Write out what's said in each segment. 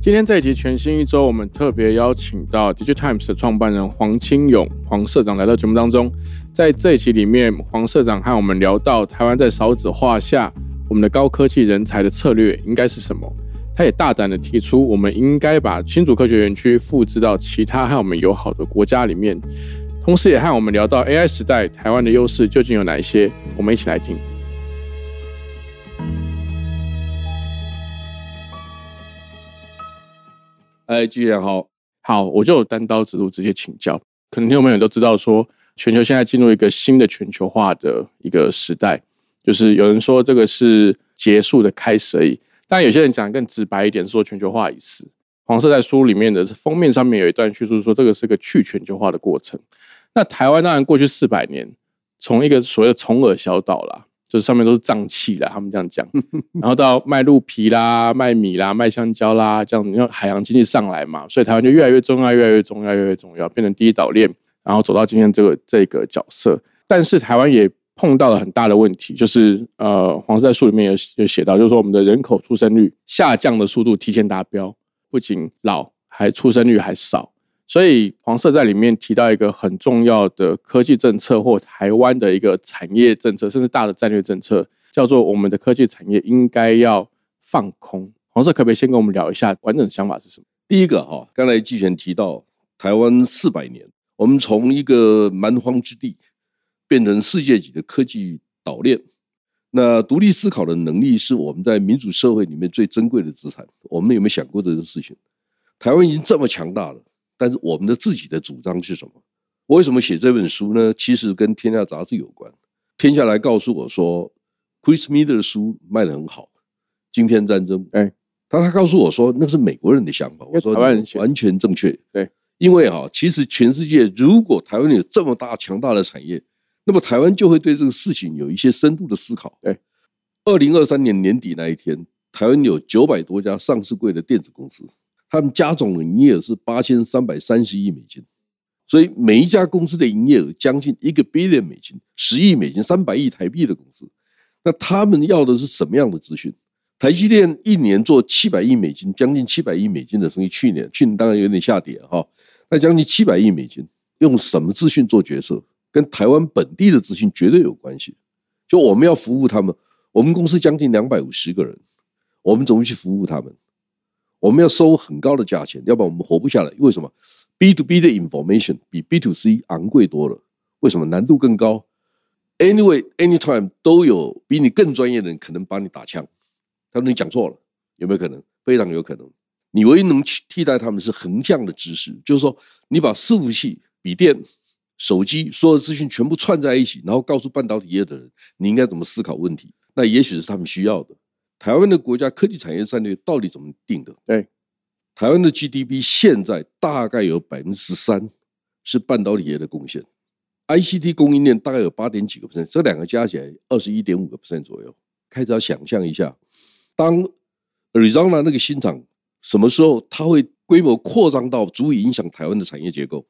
今天这一集全新一周，我们特别邀请到 DigiTimes 的创办人黄清勇、黄社长来到节目当中。在这一期里面，黄社长和我们聊到台湾在少子化下，我们的高科技人才的策略应该是什么？他也大胆的提出，我们应该把新竹科学园区复制到其他和我们友好的国家里面，同时也和我们聊到 AI 时代台湾的优势究竟有哪一些，我们一起来听。哎，季然好，好，我就有单刀直入，直接请教。可能听众朋友都知道说，全球现在进入一个新的全球化的一个时代，就是有人说这个是结束的开始而已。但有些人讲得更直白一点，说全球化已死。黄色在书里面的封面上面有一段叙述说，这个是个去全球化的过程。那台湾当然过去四百年，从一个所谓的从耳小岛啦，就是上面都是瘴气啦，他们这样讲，然后到卖鹿皮啦、卖米啦、卖香蕉啦，这样你看海洋经济上来嘛，所以台湾就越来越重要、越来越重要、越来越重要，变成第一岛链，然后走到今天这个这个角色。但是台湾也碰到了很大的问题，就是呃，黄色在书里面有有写到，就是说我们的人口出生率下降的速度提前达标，不仅老，还出生率还少。所以黄色在里面提到一个很重要的科技政策，或台湾的一个产业政策，甚至大的战略政策，叫做我们的科技产业应该要放空。黄色可不可以先跟我们聊一下完整的想法是什么？第一个哈、刚才季全提到台湾四百年，我们从一个蛮荒之地变成世界级的科技岛链。那独立思考的能力是我们在民主社会里面最珍贵的资产。我们有没有想过这件事情？台湾已经这么强大了，但是我们的自己的主张是什么？我为什么写这本书呢？其实跟《天下》杂志有关。《天下》来告诉我说，Chris Miller 的书卖得很好，《晶片战争》。哎，但他告诉我说，那是美国人的想法。为我说台湾人写的完全正确。对，因为哈、其实全世界如果台湾有这么大强大的产业，那么台湾就会对这个事情有一些深度的思考。对，二零二三年年底那一天，台湾有九百多家上市柜的电子公司，他们加总的营业额是八千三百三十亿美金，所以每一家公司的营业额将近一个 billion 美金，十亿美金，三百亿台币的公司。那他们要的是什么样的资讯？台积电一年做七百亿美金，将近七百亿美金的生意，去年去年当然有点下跌啊了哈、那将近七百亿美金，用什么资讯做决策，跟台湾本地的资讯绝对有关系。就我们要服务他们，我们公司将近两百五十个人，我们怎么去服务他们？我们要收很高的价钱，要不然我们活不下来。为什么？B to B 的 information 比 B to C 昂贵多了，为什么？难度更高。Anyway, anytime 都有比你更专业的人可能把你打枪。他说你讲错了，有没有可能？非常有可能。你唯一能去替代他们是横向的知识，就是说你把伺服器、笔电、手机所有资讯全部串在一起，然后告诉半导体业的人你应该怎么思考问题，那也许是他们需要的。台湾的国家科技产业战略到底怎么定的？对，台湾的 GDP 现在大概有百分之十三是半导体业的贡献，ICT 供应链大概有八点几个 percent，这两个加起来二十一点五个 percent 左右。开始要想象一下，当 Arizona 那个新厂什么时候它会规模扩张到足以影响台湾的产业结构？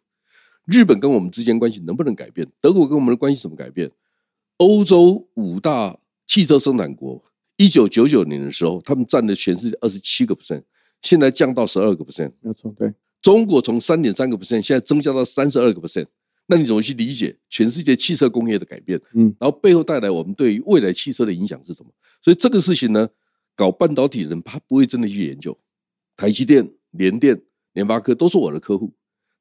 日本跟我们之间关系能不能改变？德国跟我们的关系怎么改变？欧洲五大汽车生产国，一九九九年的时候，他们占了全世界二十七个 percent，现在降到十二个 percent。没有错，对，中国从三点三个 percent 现在增加到三十二个 percent，那你怎么去理解全世界汽车工业的改变？嗯，然后背后带来我们对于未来汽车的影响是什么？所以这个事情呢，搞半导体的人他不会真的去研究，台积电、联电、联发科都是我的客户，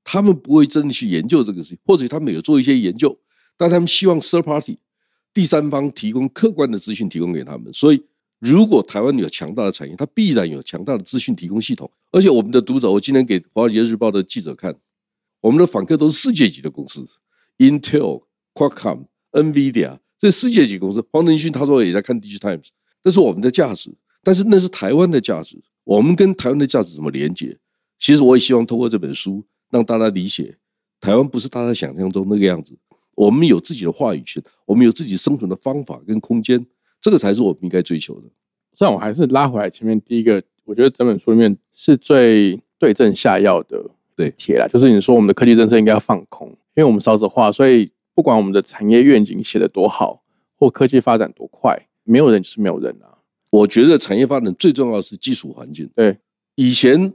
他们不会真的去研究这个事情，或者他们有做一些研究，但他们希望 third party 第三方提供客观的资讯提供给他们，所以。如果台湾有强大的产业，它必然有强大的资讯提供系统。而且我们的读者，我今天给《华尔街日报》的记者看，我们的访客都是世界级的公司，Intel、Qualcomm、NVIDIA 这世界级公司。黄仁勋他说也在看《Digitimes》，那是我们的价值，但是那是台湾的价值。我们跟台湾的价值怎么连接？其实我也希望通过这本书让大家理解，台湾不是大家想象中那个样子。我们有自己的话语权，我们有自己生存的方法跟空间，这个才是我们应该追求的。虽然我还是拉回来前面第一个，我觉得整本书里面是最对症下药的对铁啦，就是你说我们的科技政策应该要放空，因为我们少子化，所以不管我们的产业愿景写得多好，或科技发展多快，没有人就是没有人啊。我觉得产业发展最重要的是基础环境。对，以前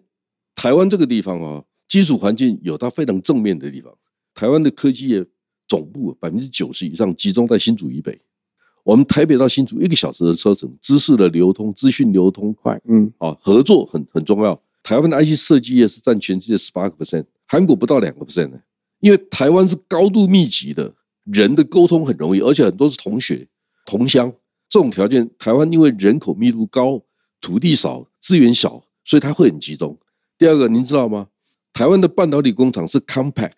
台湾这个地方啊，基础环境有它非常正面的地方。台湾的科技业总部百分之九十以上集中在新竹以北，我们台北到新竹一个小时的车程，知识的流通、资讯流通快，嗯，啊，合作很很重要。台湾的 IC 设计业是占全世界十八个 percent，韩国不到两个 percent 呢。因为台湾是高度密集的，人的沟通很容易，而且很多是同学、同乡这种条件。台湾因为人口密度高、土地少、资源小，所以它会很集中。第二个，您知道吗？台湾的半导体工厂是 compact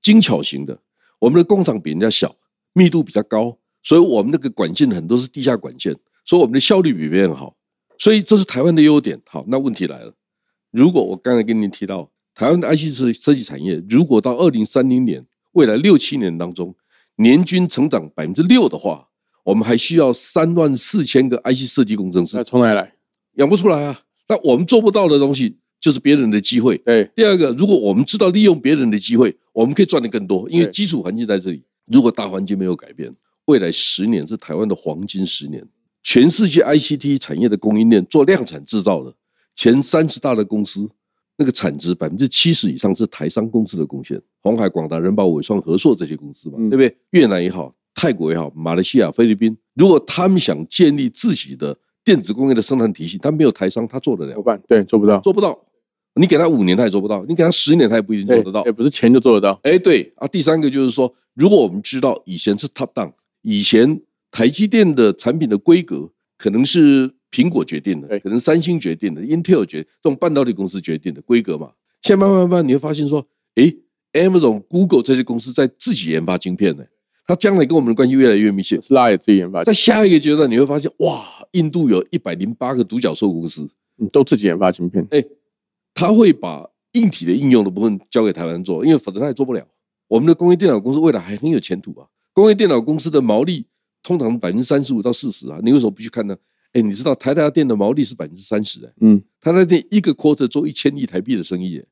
精巧型的，我们的工厂比人家小，密度比较高，所以我们那个管线很多是地下管线，所以我们的效率比别人好。所以这是台湾的优点。好，那问题来了，如果我刚才跟您提到，台湾的 IC 设设计产业，如果到二零三零年，未来六七年当中，年均成长百分之六的话，我们还需要三万四千个 IC 设计工程那师，从哪里来？养不出来啊。那我们做不到的东西，就是别人的机会。对，第二个，如果我们知道利用别人的机会，我们可以赚得更多，因为对基础环境在这里。如果大环境没有改变，未来十年是台湾的黄金十年。全世界 ICT 产业的供应链做量产制造的前三十大的公司，那个产值百分之七十以上是台商公司的贡献，鸿海、广达、人保、伟创、和硕这些公司嘛，嗯对不对？越南也好，泰国也好，马来西亚、菲律宾，如果他们想建立自己的电子工业的生产体系，他没有台商，他做得了怎么。办？对，做不到，做不到。你给他五年他也做不到，你给他十年他也不一定做得到哎也。不是钱就做得到。哎，对啊，第三个就是说，如果我们知道以前是 top down，以前台积电的产品的规格可能是苹果决定的对，可能三星决定的，Intel 决这种半导体公司决定的规格嘛。现在慢慢慢慢你会发现说，哎，Amazon、Google 这些公司在自己研发晶片呢，它将来跟我们的关系越来越密切。是拉也自己研发，在下一个阶段你会发现，哇，印度有一百零八个独角兽公司，嗯都自己研发晶片。哎，他会把硬体的应用的部分交给台湾做，因为否则他也做不了。我们的工业电脑公司未来还很有前途啊！工业电脑公司的毛利通常百分之三十五到四十啊，你为什么不去看呢？哎，你知道台达电的毛利是百分之三十，哎，嗯，台达电一个 quarter 做一千亿台币的生意、哎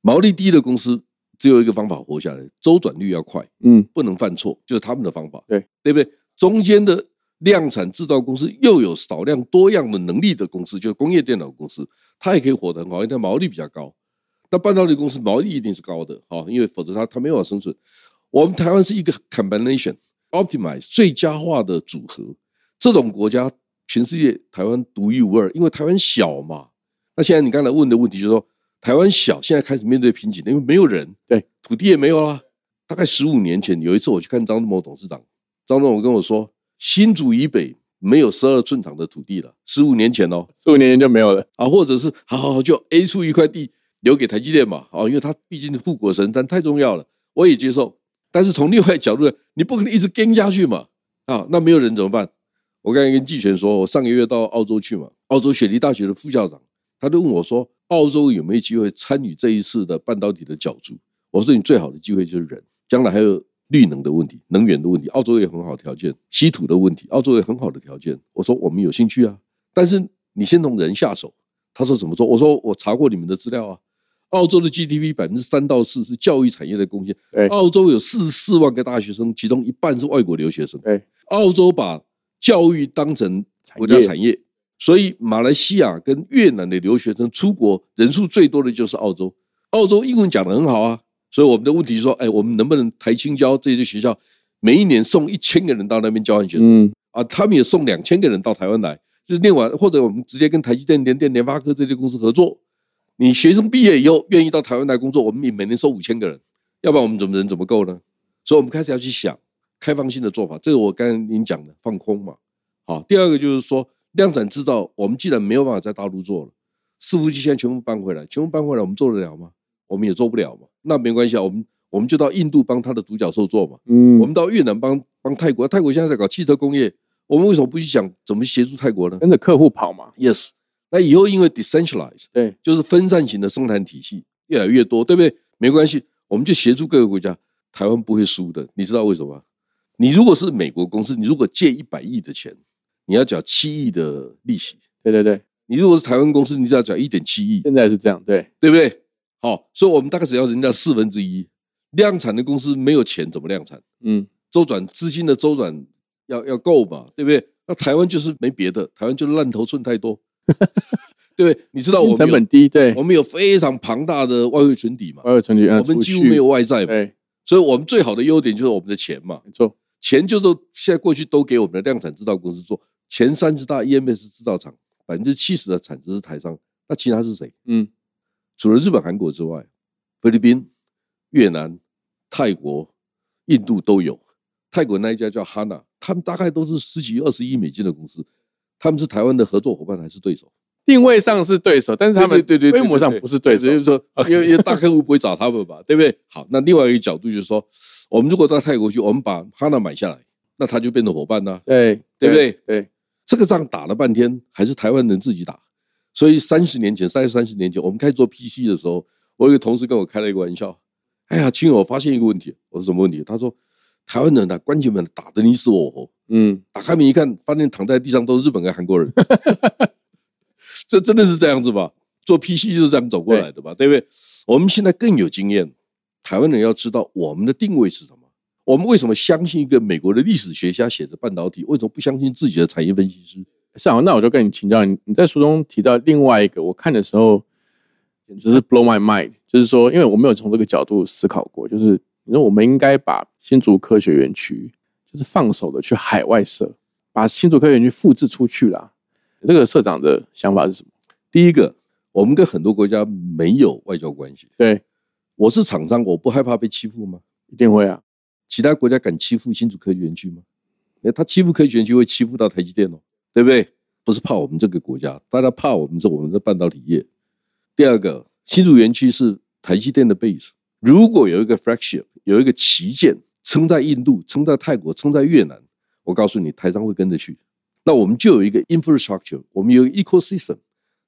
毛利低的公司只有一个方法活下来，周转率要快。嗯，不能犯错，就是他们的方法，对对不对？中间的量产制造公司又有少量多样的能力的公司，就是工业电脑公司，它也可以活得很好，因为它毛利比较高。那半导体公司毛利一定是高的，好、因为否则它它没有办法生存。我们台湾是一个 combination optimize 最佳化的组合，这种国家全世界台湾独一无二，因为台湾小嘛。那现在你刚才问的问题就是说，台湾小，现在开始面对瓶颈了，因为没有人，对，土地也没有啦。大概十五年前有一次我去看张忠谋董事长，张忠谋跟我说，新竹以北没有十二寸长的土地了，十五年前哦，四五年前就没有了。啊，或者是好好好，就 A 处一块地留给台积电嘛，啊，因为它毕竟是护国神山太重要了，我也接受。但是从另外角度呢，你不可能一直跟下去嘛，啊，那没有人怎么办？我刚才跟季全说，我上个月到澳洲去嘛，澳洲雪梨大学的副校长，他就问我说，澳洲有没有机会参与这一次的半导体的角逐？我说你最好的机会就是人，将来还有绿能的问题、能源的问题，澳洲也有很好的条件，稀土的问题，澳洲也有很好的条件。我说我们有兴趣啊，但是你先从人下手，他说怎么做？我说我查过你们的资料啊，澳洲的 GDP 百分之三到四是教育产业的贡献。对澳洲有四十四万个大学生，其中一半是外国留学生。对，澳洲把教育当成国家产业产业，所以马来西亚跟越南的留学生出国人数最多的就是澳洲。澳洲英文讲得很好啊，所以我们的问题是说，哎，我们能不能台青交这些学校每一年送一千个人到那边交换学生？嗯，啊，他们也送两千个人到台湾来，就是另外或者我们直接跟台积电、联电、联发科这些公司合作，你学生毕业以后愿意到台湾来工作，我们每年收五千个人，要不然我们怎么人怎么够呢？所以我们开始要去想开放性的做法，这是我刚才您讲的放空嘛。好，第二个就是说量产制造，我们既然没有办法在大陆做了，伺服器现在全部搬回来，全部搬回来，我们做得了吗？我们也做不了嘛。那没关系啊，我们我们就到印度帮他的独角兽做嘛。嗯，我们到越南帮帮泰国，泰国现在在搞汽车工业，我们为什么不去想怎么协助泰国呢跟着客户跑嘛。 ？Yes，那以后因为 decentralize 对，就是分散型的生产体系越来越多，对不对？没关系，我们就协助各个国家。台湾不会输的。你知道为什么吗？你如果是美国公司，你如果借一百亿的钱，你要缴七亿的利息；对对对，你如果是台湾公司，你只要缴一点七亿，现在是这样，对对不对？好，所以我们大概只要人家四分之一。量产的公司没有钱怎么量产？嗯，周转资金的周转要要够嘛，对不对？那台湾就是没别的，台湾就是烂头寸太多， 对不对？你知道我们有成本低，对我，们有非常庞大的外汇存底嘛，我有存底，我们几乎没有外债嘛，呃对，所以我们最好的优点就是我们的钱嘛，没错，钱就是现在过去都给我们的量产制造公司做，前三十大 EMS 制造厂百分之七十的产值是台商，那其他是谁？嗯，除了日本、韩国之外，菲律宾、越南、泰国、印度都有。泰国那一家叫哈娜，他们大概都是十几、二十亿美金的公司，他们是台湾的合作伙伴还是对手？定位上是对手，但是他们对对对对规模上不是对手所，以说 OK 因为因为大客户不会找他们吧，对不对？好，那另外一个角度就是说，我们如果到泰国去，我们把哈娜买下来，那他就变成伙伴啦、对对不对？对，这个仗打了半天，还是台湾人自己打。所以三十年前，三三十年前，我们开始做 PC 的时候，我有一个同事跟我开了一个玩笑：“哎呀，亲友，我发现一个问题。”我说：“什么问题？”他说：“台湾人啊，关起门来打得你死我活，嗯，打开门一看，发现躺在地上都是日本跟韩国人。” 这真的是这样子吧？做 PC 就是这样走过来的吧？对不对？我们现在更有经验，台湾人要知道我们的定位是什么。我们为什么相信一个美国的历史学家写的半导体？为什么不相信自己的产业分析师？是啊，那我就跟你请教，你你在书中提到另外一个，我看的时候简直是 blow my mind，就是说，因为我没有从这个角度思考过，就是你说我们应该把新竹科学园区就是放手的去海外设，把新竹科学园区复制出去啦。这个社长的想法是什么？第一个，我们跟很多国家没有外交关系。对，我是厂商，我不害怕被欺负吗？一定会啊，其他国家敢欺负新竹科学园区吗？诶他欺负科学园区会欺负到台积电哦，对不对？不是怕我们这个国家，大家怕我们是我们的半导体业。第二个，新竹园区是台积电的 base，如果有一个 flagship，有一个旗舰撑在印度、撑在泰国、撑在越南，我告诉你，台商会跟着去。那我们就有一个 infrastructure，我们有一个 ecosystem。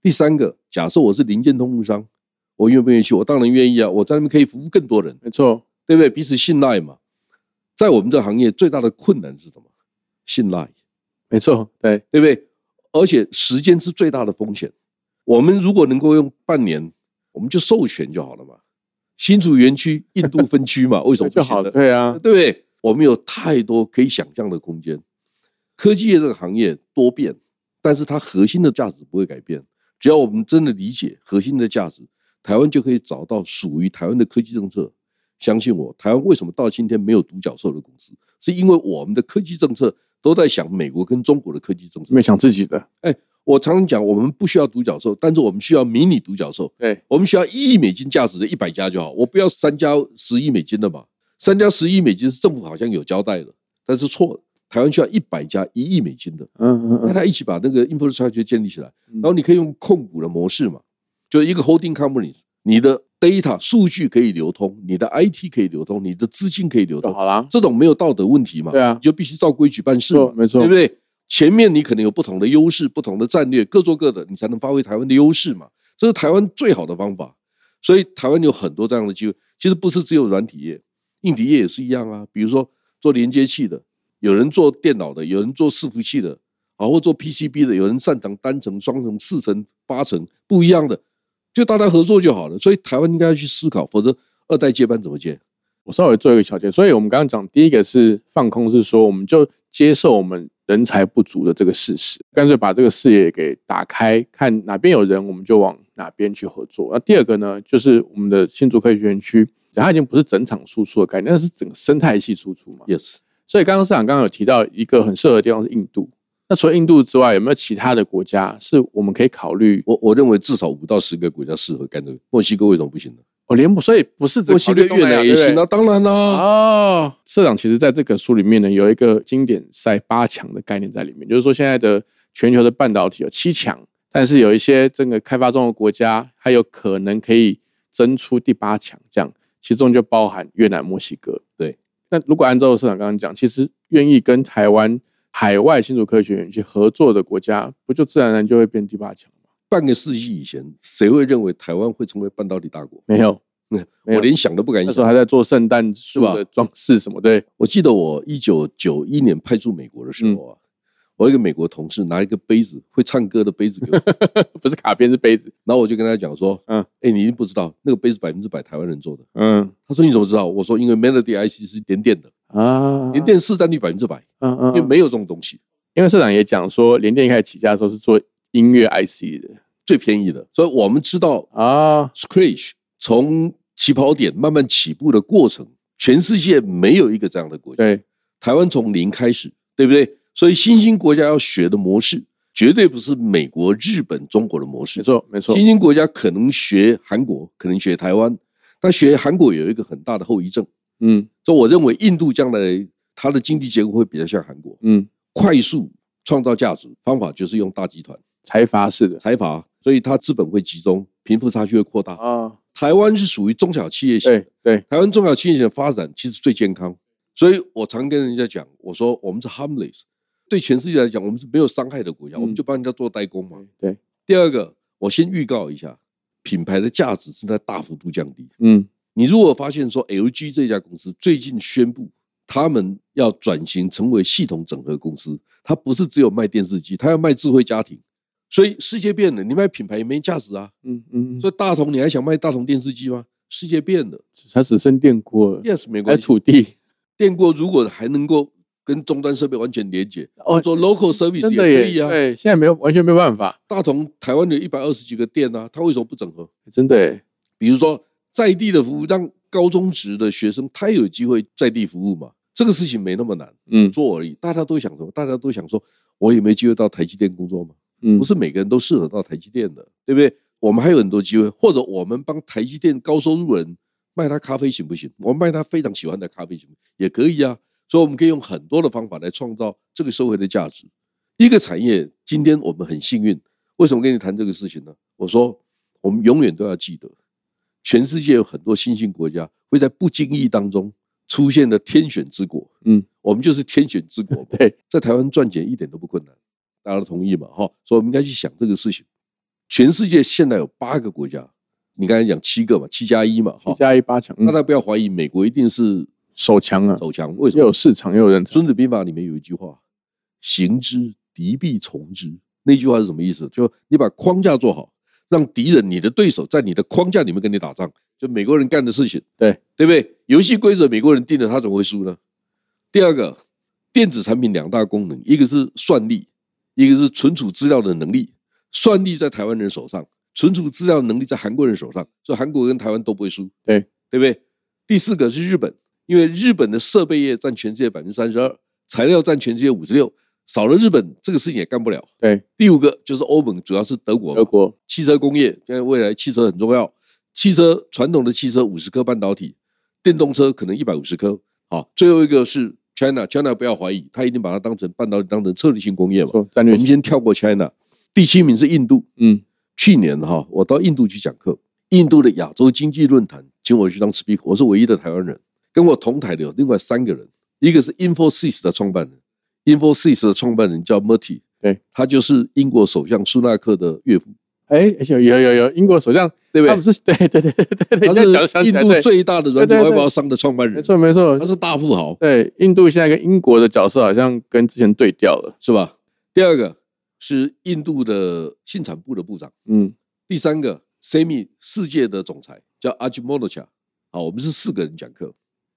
第三个，假设我是零件通路商，我愿不愿意去？我当然愿意啊，我在那边可以服务更多人。没错，对不对？彼此信赖嘛。在我们这行业最大的困难是什么？信赖，没错，对，对不对？而且时间是最大的风险。我们如果能够用半年，我们就授权就好了嘛。新竹园区印度分区嘛，为什么不就行好，呢？对啊，对不对？我们有太多可以想象的空间。科技业这个行业多变，但是它核心的价值不会改变。只要我们真的理解核心的价值，台湾就可以找到属于台湾的科技政策。相信我，台湾为什么到今天没有独角兽的公司，是因为我们的科技政策都在想美国跟中国的科技政策没。有想自己的，我常常讲，我们不需要独角兽，但是我们需要迷你独角兽。对，我们需要一亿美金价值的一百家就好，我不要三家十亿美金的嘛。三家十亿美金是政府好像有交代的，但是错了。台湾需要一百家一亿美金的，嗯嗯跟嗯，他一起把那个 infrastructure 建立起来，嗯然后你可以用控股的模式嘛，就是一个 holding company，你的 data 数据可以流通，你的 IT 可以流通，你的资金可以流就通，好啦，这种没有道德问题嘛？对啊你就必须照规矩办事嘛，没错没错对不对？前面你可能有不同的优势、不同的战略，各做各的，你才能发挥台湾的优势嘛。这是台湾最好的方法，所以台湾有很多这样的机会。其实不是只有软体业，硬体业也是一样啊。比如说做连接器的，有人做电脑的，有人做伺服器的，啊，或做 PCB 的，有人擅长单层、双层、四层、八层不一样的，就大家合作就好了。所以台湾应该要去思考，否则二代接班怎么接？我稍微做一个小结，所以我们刚刚讲第一个是放空，是说我们就接受我们人才不足的这个事实，干脆把这个视野给打开，看哪边有人，我们就往哪边去合作。那第二个呢，就是我们的新竹科学园区，它已经不是整场输出的概念，那是整个生态系输出嘛。 Yes。所以刚刚市长刚刚有提到一个很适合的地方是印度。那除了印度之外，有没有其他的国家是我们可以考虑？我我认为至少五到十个国家适合干这个。墨西哥为什么不行呢？哦，连不所以不是只墨考西虑哥、东南越亚南对也不对行啊，当然啦、哦，社长，其实在这个书里面呢，有一个经典赛八强的概念在里面，就是说现在的全球的半导体有七强，但是有一些这个开发中的国家还有可能可以争出第八强，这样其中就包含越南、墨西哥。对，那如果按照社长刚刚讲，其实愿意跟台湾海外新竹科学园区合作的国家，不就自然而然就会变第八强吗？半个世纪以前，谁会认为台湾会成为半导体大国？ 没有，没有我连想都不敢那时想。候还在做圣诞树吧的装饰什么，对， 我记得我一九九一年派驻美国的时候嗯啊，我有一个美国同事拿一个杯子，会唱歌的杯子 给我，不是卡片是杯子，然后我就跟他讲说，嗯嗯，哎，你一定不知道那个杯子百分之百台湾人做的。嗯他说你怎么知道？我说因为 Melody IC 是连电的，啊，连电市占率百分之百，嗯因嗯，为没有这种东西，因为社长也讲说，联电一开始起家的时候是做音乐 IC 的最便宜的。所以我们知道啊， Scratch 从起跑点慢慢起步的过程，全世界没有一个这样的国家。对，台湾从零开始，对不对？所以新兴国家要学的模式，绝对不是美国、日本、中国的模式没。错没错，新兴国家可能学韩国，可能学台湾，但学韩国有一个很大的后遗症，嗯所以我认为印度将来它的经济结构会比较像韩国，嗯，快速创造价值方法就是用大集团财阀式的财阀，所以它资本会集中，贫富差距会扩大。啊，台湾是属于中小企业型，对对，台湾中小企业的发展其实最健康，所以我常跟人家讲，我说我们是 harmless，对全世界来讲，我们是没有伤害的国家，嗯我们就帮人家做代工嘛。对，第二个，我先预告一下，品牌的价值正在大幅度降低。嗯你如果发现说 LG 这家公司最近宣布他们要转型成为系统整合公司，它不是只有卖电视机，它要卖智慧家庭。所以世界变了，你卖品牌也没价值啊。嗯嗯，嗯所以大同你还想卖大同电视机吗？世界变了它只剩电锅了， ，yes 还没有关系。土地，电锅如果还能够跟终端设备完全连接，哦做 local service 真也的可以耶，啊。对，现在没有完全没有办法，大同台湾有一百二十几个店啊，它为什么不整合？真的耶，比如说在地的服务，让高中职的学生他也有机会在地服务嘛，这个事情没那么难嗯做而已。大家都想什么？大家都想说，我有没有机会到台积电工作嘛？嗯，不是每个人都适合到台积电的，对不对？我们还有很多机会，或者我们帮台积电高收入人卖他咖啡行不行？我们卖他非常喜欢的咖啡行不行也可以啊。所以我们可以用很多的方法来创造这个社会的价值。一个产业，今天我们很幸运，为什么跟你谈这个事情呢？我说，我们永远都要记得，全世界有很多新兴国家会在不经意当中出现的天选之国。嗯，我们就是天选之国嘛。 对，在台湾赚钱一点都不困难，大家都同意嘛？哈，所以我们应该去想这个事情。全世界现在有八个国家，你刚才讲七个嘛，七加一嘛，七哈。加一八强，嗯大家不要怀疑，美国一定是手强啊，走强。为什又有么？《市场又有人才，孙子兵法》里面有一句话：“行之，敌必从之。”那句话是什么意思？就你把框架做好，让敌人、你的对手在你的框架里面跟你打仗，就美国人干的事情。对对不对？游戏规则美国人定的，他怎么会输呢？第二个，电子产品两大功能，一个是算力，一个是存储资料的能力。算力在台湾人手上，存储资料的能力在韩国人手上，所以韩国跟台湾都不会输，对对不对？第四个是日本，因为日本的设备业占全世界百分之三十二，材料占全世界五十六，少了日本这个事情也干不了。对，第五个就是欧盟，主要是德国嘛，德国，汽车工业，现在未来汽车很重要。汽车传统的汽车五十颗半导体，电动车可能一百五十颗。好，最后一个是 China，China 不要怀疑，它一定把它当成半导体当成策略性工业嘛。错战我略们，先跳过 China，第七名是印度。嗯去年哈，我到印度去讲课，印度的亚洲经济论坛请我去当 speaker，我是唯一的台湾人。跟我同台的有另外三个人，一个是 Infosys 的创办人，Infosys 的创办人叫 Murthy，对他就是英国首相苏纳克的岳父，哎，而且有有有英国首相，对不他对们？是对对对对对对，你这样他讲是印想起度来对最大的软体对对外对包商的创办没人，错没错他，是大富豪，对，印度现在跟英国的角色好像跟之前对调了，是吧？第二个是印度的信产部的部长，嗯第三个 Semi 世界的总裁叫阿吉莫诺恰。好，我们是四个人讲课，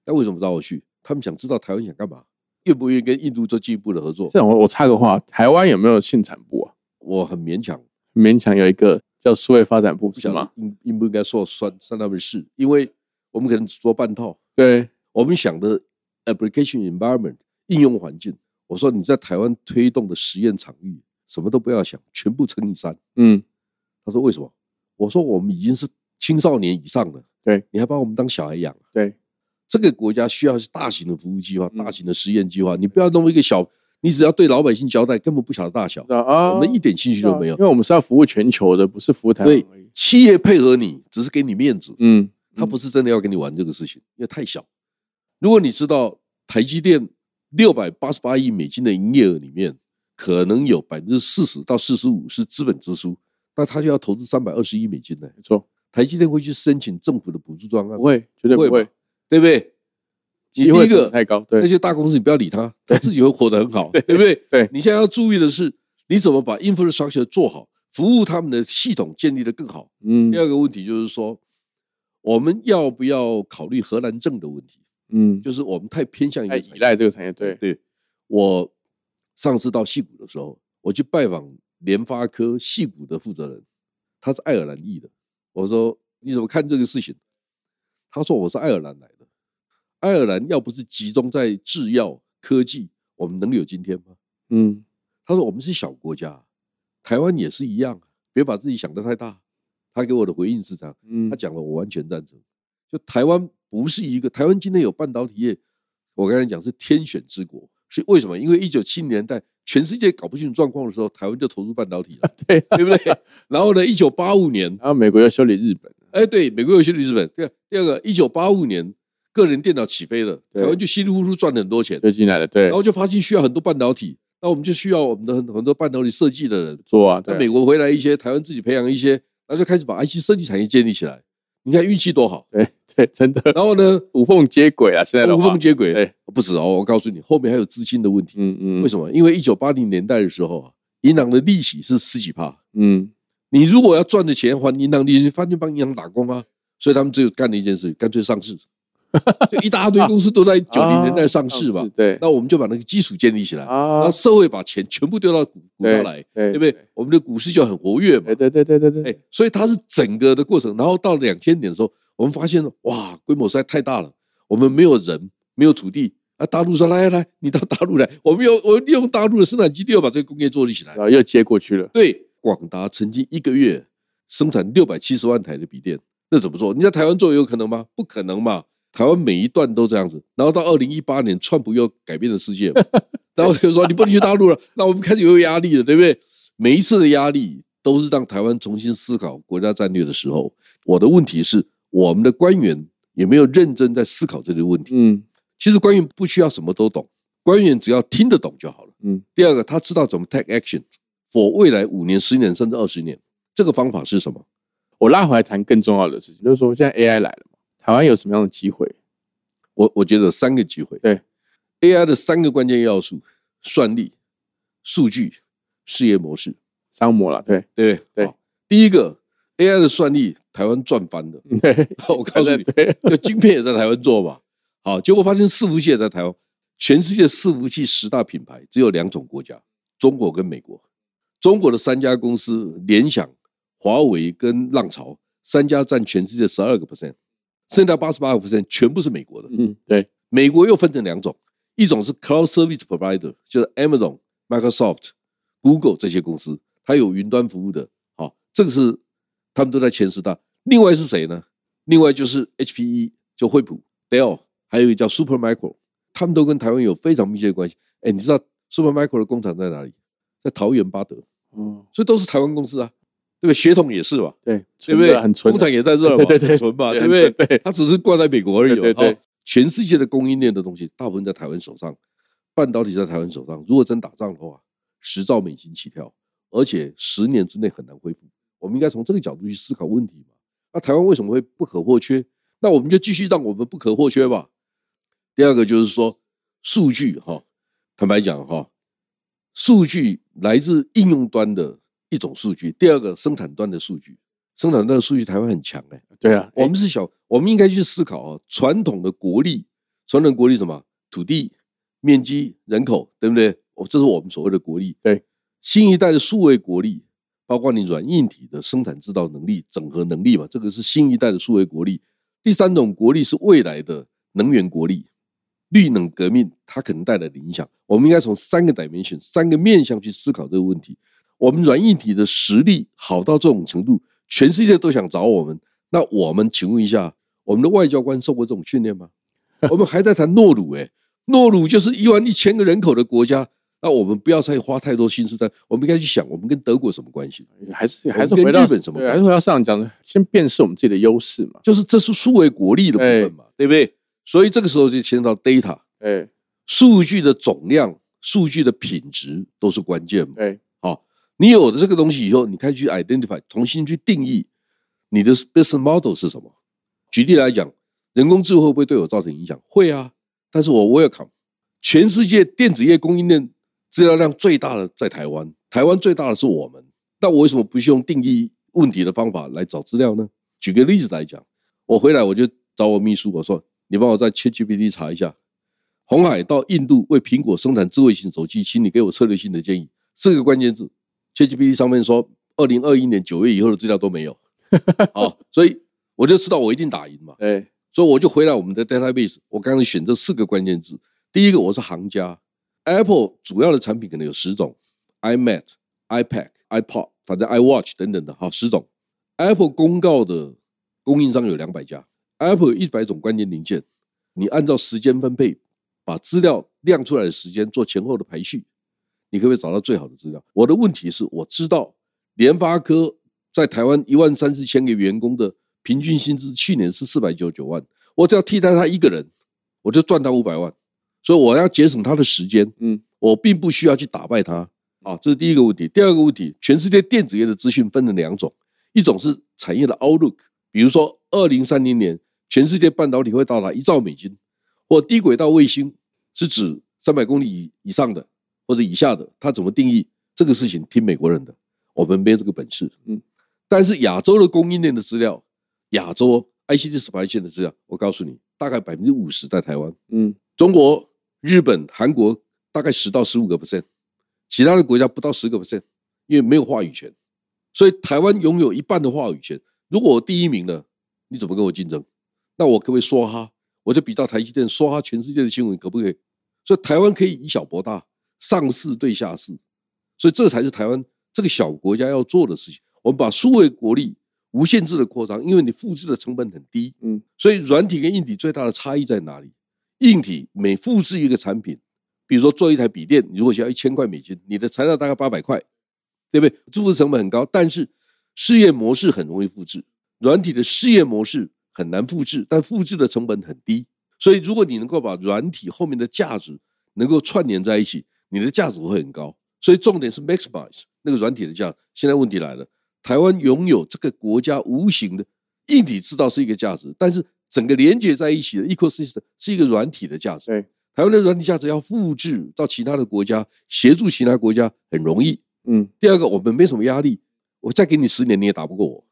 那为什么找我去？他们想知道台湾想干嘛，愿不愿意跟印度做进一步的合作这？样我我插个话，台湾有没有信产部啊？我很勉强，勉强有一个叫数位发展部不是晓吗得？应应不应该说算算他们是，因为我们可能只做半套，对，我们想的 application environment 应用环境，我说你在台湾推动的实验场域，什么都不要想，全部乘以三。嗯，他说为什么？我说我们已经是青少年以上了，对，你还把我们当小孩养？对，这个国家需要是大型的服务计划、嗯大型的实验计划，你不要弄一个小，你只要对老百姓交代，根本不晓得大小知，道啊，我们一点兴趣都没有因。为我们是啊要服务全球的，不是服务台湾对而已。，企业配合你，只是给你面子，嗯，他不是真的要跟你玩这个事情，因为太小。如果你知道台积电六百八十八亿美金的营业额里面，可能有百分之四十到四十五是资本支出，那他就要投资三百二十亿美金呢、没错，台积电会去申请政府的补助专案不，会，绝对不不会会吧，对不对？机你第会一成本个太高，那对些大公司你不要理它，它自己会活得很好，对不对？ 对你现在要注意的是，你怎么把 infrastructure 做好，服务他们的系统建立得更好。嗯第二个问题就是说，我们要不要考虑荷兰政的问题？嗯，就是我们太偏向一太个依赖这个产业，对，对我上次到戏谷的时候，我去拜访联发科戏谷的负责人，他是爱尔兰裔的。我说你怎么看这个事情？他说我是爱尔兰来的，爱尔兰要不是集中在制药科技，我们能有今天吗？嗯他说我们是小国家，台湾也是一样，啊别把自己想得太大。他给我的回应是这样，嗯他，讲了，我完全赞成。就台湾不是一个，台湾今天有半导体业，我刚才讲是天选之国，是为什么？因为一九七零年代全世界搞不清楚状况的时候，台湾就投入半导体了，啊对对不对？然后呢，一九八五年，然后美国要修理日本，哎，对，美国有些日本。对，啊第二个，一九八五年个人电脑起飞了，对台湾就稀里糊涂赚了很多钱，就进来了，对然，后就发现需要很多半导体，那我们就需要我们的很很多半导体设计的人，做啊，那对美啊，国回来一些，台湾自己培养一些，然后就开始把 IC 设计产业建立起来。你看运气多好，对对，真的然后呢，哦无缝接轨啊，现在的无话缝，接轨对，不止哦，我告诉你，后面还有资金的问题。嗯嗯，为什么？因为一九八零年代的时候啊，银行的利息是十几帕，嗯你如果要赚的钱还银行利息，发现帮银行打工啊，所以他们就干了一件事，干脆 上市，就一大堆公司都在九零年代上市嘛啊。对那我们就把那个基础建立起来，然啊后，社会把钱全部丢到股股票来，对对不对？我们的股市就很活跃嘛对。对对对对对，哎，所以它是整个的过程。然后到两千年的时候，我们发现了，哇，规模实在太大了，我们没有人，没有土地。啊，大陆说来来来，你到大陆来，我们用我们利用大陆的生产基地，要把这个工业做立起来然。后又接过去了，对，广达曾经一个月生产六百七十万台的笔电，那怎么做？你在台湾做有可能吗？不可能嘛！台湾每一段都这样子，然后到二零一八年，川普又改变了世界嘛，然后就说你不能去大陆了，那我们开始有压力了，对不对？每一次的压力都是让台湾重新思考国家战略的时候。我的问题是，我们的官员有没有认真在思考这个问题？嗯其实官员不需要什么都懂，官员只要听得懂就好了。嗯，第二个，他知道怎么 take action for 未来五年、十年甚至二十年。这个方法是什么？我拉回来谈更重要的事情，就是说现在 AI 来了嘛，台湾有什么样的机会？我我觉得有三个机会。对，AI 的三个关键要素：算力、数据、事业模式，商模了，对对不对？对好第一个 AI 的算力，台湾赚翻了。哦嗯对，我告诉你， 对， 那晶片也在台湾做嘛。好，结果发现伺服器也在台湾。全世界伺服器十大品牌只有两种国家，中国跟美国。中国的三家公司，联想、华为跟浪潮三家占全世界十二个 percent，剩下八十八个 percent 全部是美国的。嗯对，美国又分成两种，一种是 cloud service provider，就是 Amazon、Microsoft、Google 这些公司，它有云端服务的。好、这个是他们都在前十大。另外是谁呢？另外就是 HPE，就惠普、Dell，还有一个叫 Supermicro，他们都跟台湾有非常密切的关系。哎，你知道 Supermicro 的工厂在哪里？在桃园巴德，嗯所以都是台湾公司啊，对不对？血统也是吧，对，对不对？纯的很纯工的，厂也在这儿嘛， 对对对很纯嘛，对对不对？对，它只是挂在美国而已、哦。对对对好全世界的供应链的东西，大部分在台湾手上，半导体在台湾手上。如果真打仗的话，十兆美金起跳，而且十年之内很难恢复。我们应该从这个角度去思考问题嘛。那台湾为什么会不可或缺？那我们就继续让我们不可或缺吧。第二个就是说，数据哈、坦白讲哈、数据来自应用端的一种数据，第二个生产端的数据，生产端的数据台湾很强哎、对啊，我们是小，我们应该去思考啊，传统的国力，传统的国力什么？土地、面积、人口，对不对？哦，这是我们所谓的国力。对，新一代的数位国力，包括你软硬体的生产制造能力、整合能力嘛，这个是新一代的数位国力。第三种国力是未来的能源国力，绿能革命它可能带来的影响，我们应该从三个 dimension、三个面向去思考这个问题。我们软硬体的实力好到这种程度，全世界都想找我们。那我们请问一下，我们的外交官受过这种训练吗？ 我们还在谈诺鲁、诶，诺鲁就是一万一千个人口的国家，那我们不要再花太多心思在，我们应该去想，我们跟德国什么关系？哎还是们还是跟回到日本什么对关还系是回到上讲的，先辨识我们自己的优势嘛，就是这是数位国力的部分嘛，对不对？所以这个时候就牵扯到 data 对数据的总量、数据的品质都是关键嘛。对，好、你有了这个东西以后，你开始去 identify，重新去定义你的 business model 是什么？举例来讲，人工智慧会不会对我造成影响？会啊，但是我 welcome。全世界电子业供应链资料量最大的在台湾，台湾最大的是我们。那我为什么不是用定义问题的方法来找资料呢？举个例子来讲，我回来我就找我秘书，我说：“你帮我在 ChatGPT 查一下，红海到印度为苹果生产智慧型手机，请你给我策略性的建议。”四个关键字，ChatGPT 上面说，二零二一年九月以后的资料都没有。好，所以我就知道我一定打赢嘛，对，所以我就回来我们的 database，我刚才选这四个关键字。第一个我是行家，Apple 主要的产品可能有十种，iMac、iPad、iPod，反正 iWatch 等等的，好十种。Apple 公告的供应商有两百家，Apple 有一百种关键零件，你按照时间分配，把资料亮出来的时间做前后的排序，你可不可以找到最好的资料？我的问题是，我知道联发科在台湾一万三四千个员工的平均薪资去年是四百九十九万，我只要替代他一个人，我就赚到五百万。所以我要节省他的时间，嗯，我并不需要去打败他啊，这是第一个问题。第二个问题，全世界电子业的资讯分成两种，一种是产业的 outlook，比如说二零三零年全世界半导体会到达一兆美金，或低轨道卫星是指三百公里以以上的或者以下的，它怎么定义这个事情？听美国人的，我们没这个本事，嗯。但是亚洲的供应链的资料，亚洲 ICT 十八线的资料，我告诉你，大概百分之五十在台湾。嗯，中国、日本、韩国大概十到十五个 percent，其他的国家不到十个 percent，因为没有话语权，所以台湾拥有一半的话语权。如果我第一名了，你怎么跟我竞争？那我可不可以说哈？我就比照台积电说哈全世界的新闻，可不可以？所以台湾可以以小博大，上市对下市，所以这才是台湾这个小国家要做的事情。我们把数位国力无限制的扩张，因为你复制的成本很低，嗯，所以软体跟硬体最大的差异在哪里？硬体每复制一个产品，比如说做一台笔电，你如果需要一千块美金，你的材料大概八百块，对不对？复制成本很高，但是事业模式很容易复制，软体的事业模式很难复制，但复制的成本很低。所以，如果你能够把软体后面的价值能够串联在一起，你的价值会很高。所以，重点是 maximize 那个软体的价值。现在问题来了，台湾拥有这个国家无形的硬体制造是一个价值，但是整个连接在一起的 ecosystem 是一个软体的价值。对，台湾的软体价值要复制到其他的国家，协助其他国家很容易。嗯，第二个，我们没什么压力，我再给你十年你也打不过我。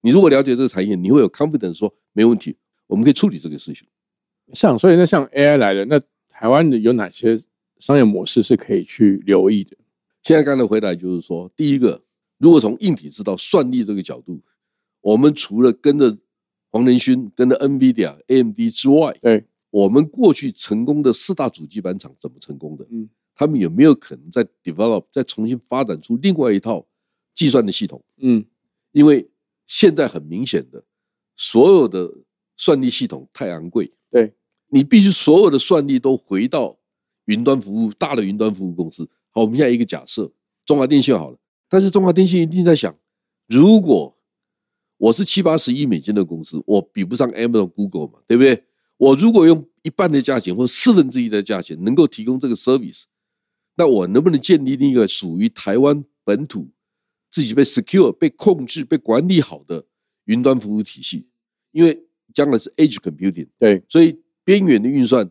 你如果了解这个产业，你会有 confidence 说没问题，我们可以处理这个事情。像所以那像 AI 来了，那台湾的有哪些商业模式是可以去留意的？现在刚才回来就是说，第一个，如果从硬体制造算力这个角度，我们除了跟着黄仁勋、跟着 NVIDIA、AMD 之外，对，我们过去成功的四大主机板厂怎么成功的？嗯，他们有没有可能再 develop、再重新发展出另外一套计算的系统？嗯，因为现在很明显的，所有的算力系统太昂贵，对你必须所有的算力都回到云端服务大的云端服务公司。好，我们现在一个假设，中华电信好了，但是中华电信一定在想，如果我是七八十亿美金的公司，我比不上 Amazon、Google 嘛，对不对？我如果用一半的价钱或四分之一的价钱能够提供这个 service，那我能不能建立一个属于台湾本土自己被 secure、被控制、被管理好的云端服务体系？因为将来是 edge computing，对，所以边缘的运算，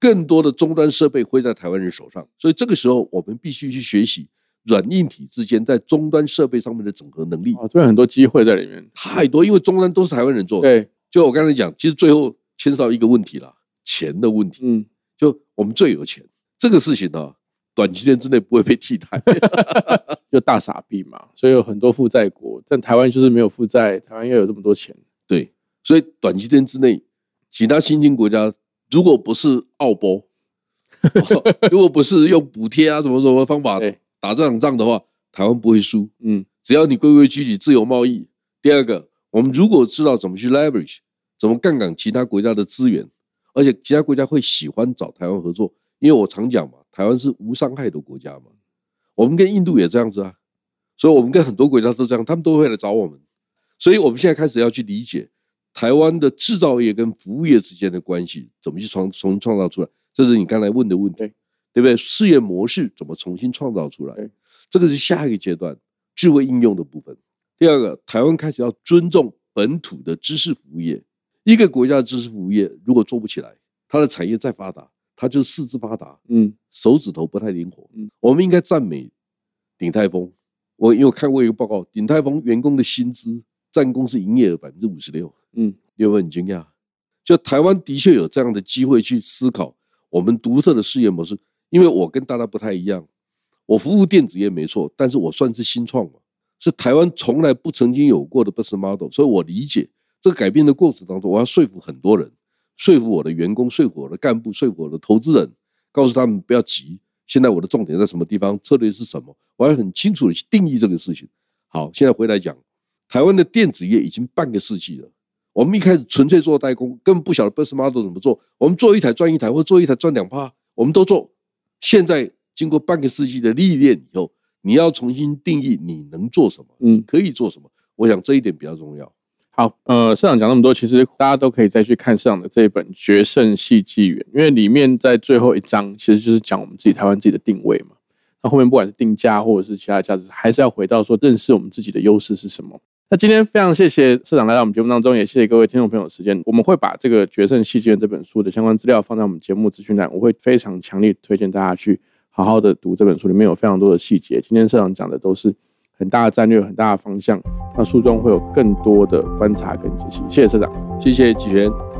更多的终端设备会在台湾人手上。所以这个时候，我们必须去学习软硬体之间在终端设备上面的整合能力哦，这边很多机会在里面。太多，因为终端都是台湾人做的。对，就我刚才讲，其实最后牵涉到一个问题啦，钱的问题。嗯，就我们最有钱这个事情呢、短期间之内不会被替代。就大傻逼嘛，所以有很多负债国，但台湾就是没有负债，台湾又有这么多钱。对，所以短期间之内，其他新兴国家如果不是澳博， 如果不是用补贴啊什么什么方法对打这场仗的话，台湾不会输。嗯，只要你规规矩矩自由贸易。第二个，我们如果知道怎么去 leverage，怎么杠杆其他国家的资源，而且其他国家会喜欢找台湾合作，因为我常讲嘛，台湾是无伤害的国家嘛。我们跟印度也这样子啊，所以我们跟很多国家都这样，他们都会来找我们。所以我们现在开始要去理解台湾的制造业跟服务业之间的关系，怎么去创重新创造出来，这是你刚才问的问题对，对不对？事业模式怎么重新创造出来对？这个是下一个阶段智慧应用的部分。第二个，台湾开始要尊重本土的知识服务业。一个国家的知识服务业如果做不起来，它的产业再发达，它就是四肢发达，嗯手指头不太灵活。嗯我们应该赞美鼎泰丰。我因为我看过一个报告，鼎泰丰员工的薪资占公司营业额百分之五十六，嗯你有没有很惊讶？就台湾的确有这样的机会去思考我们独特的事业模式，因为我跟大家不太一样，我服务电子业没错，但是我算是新创嘛，是台湾从来不曾经有过的 business model，所以我理解这个改变的过程当中，我要说服很多人，说服我的员工，说服我的干部，说服我的投资人，告诉他们不要急，现在我的重点在什么地方，策略是什么，我要很清楚的去定义这个事情。好，现在回来讲，台湾的电子业已经半个世纪了。我们一开始纯粹做代工，根本不晓得 business model 怎么做。我们做一台赚一台，或者做一台赚两趴，我们都做。现在经过半个世纪的历练以后，你要重新定义你能做什么，嗯，可以做什么。我想这一点比较重要。好，呃，社长讲那么多，其实大家都可以再去看社长的这一本《决胜戏纪元》，因为里面在最后一章其实就是讲我们自己台湾自己的定位嘛。那后面不管是定价或者是其他的价值，还是要回到说认识我们自己的优势是什么。那今天非常谢谢社长来到我们节目当中，也谢谢各位听众朋友的时间。我们会把这个《决胜戏剧院》这本书的相关资料放在我们节目资讯栏，我会非常强烈推荐大家去好好的读这本书，里面有非常多的细节。今天社长讲的都是很大的战略、很大的方向，那书中会有更多的观察跟解析。谢谢社长。谢谢纪璇。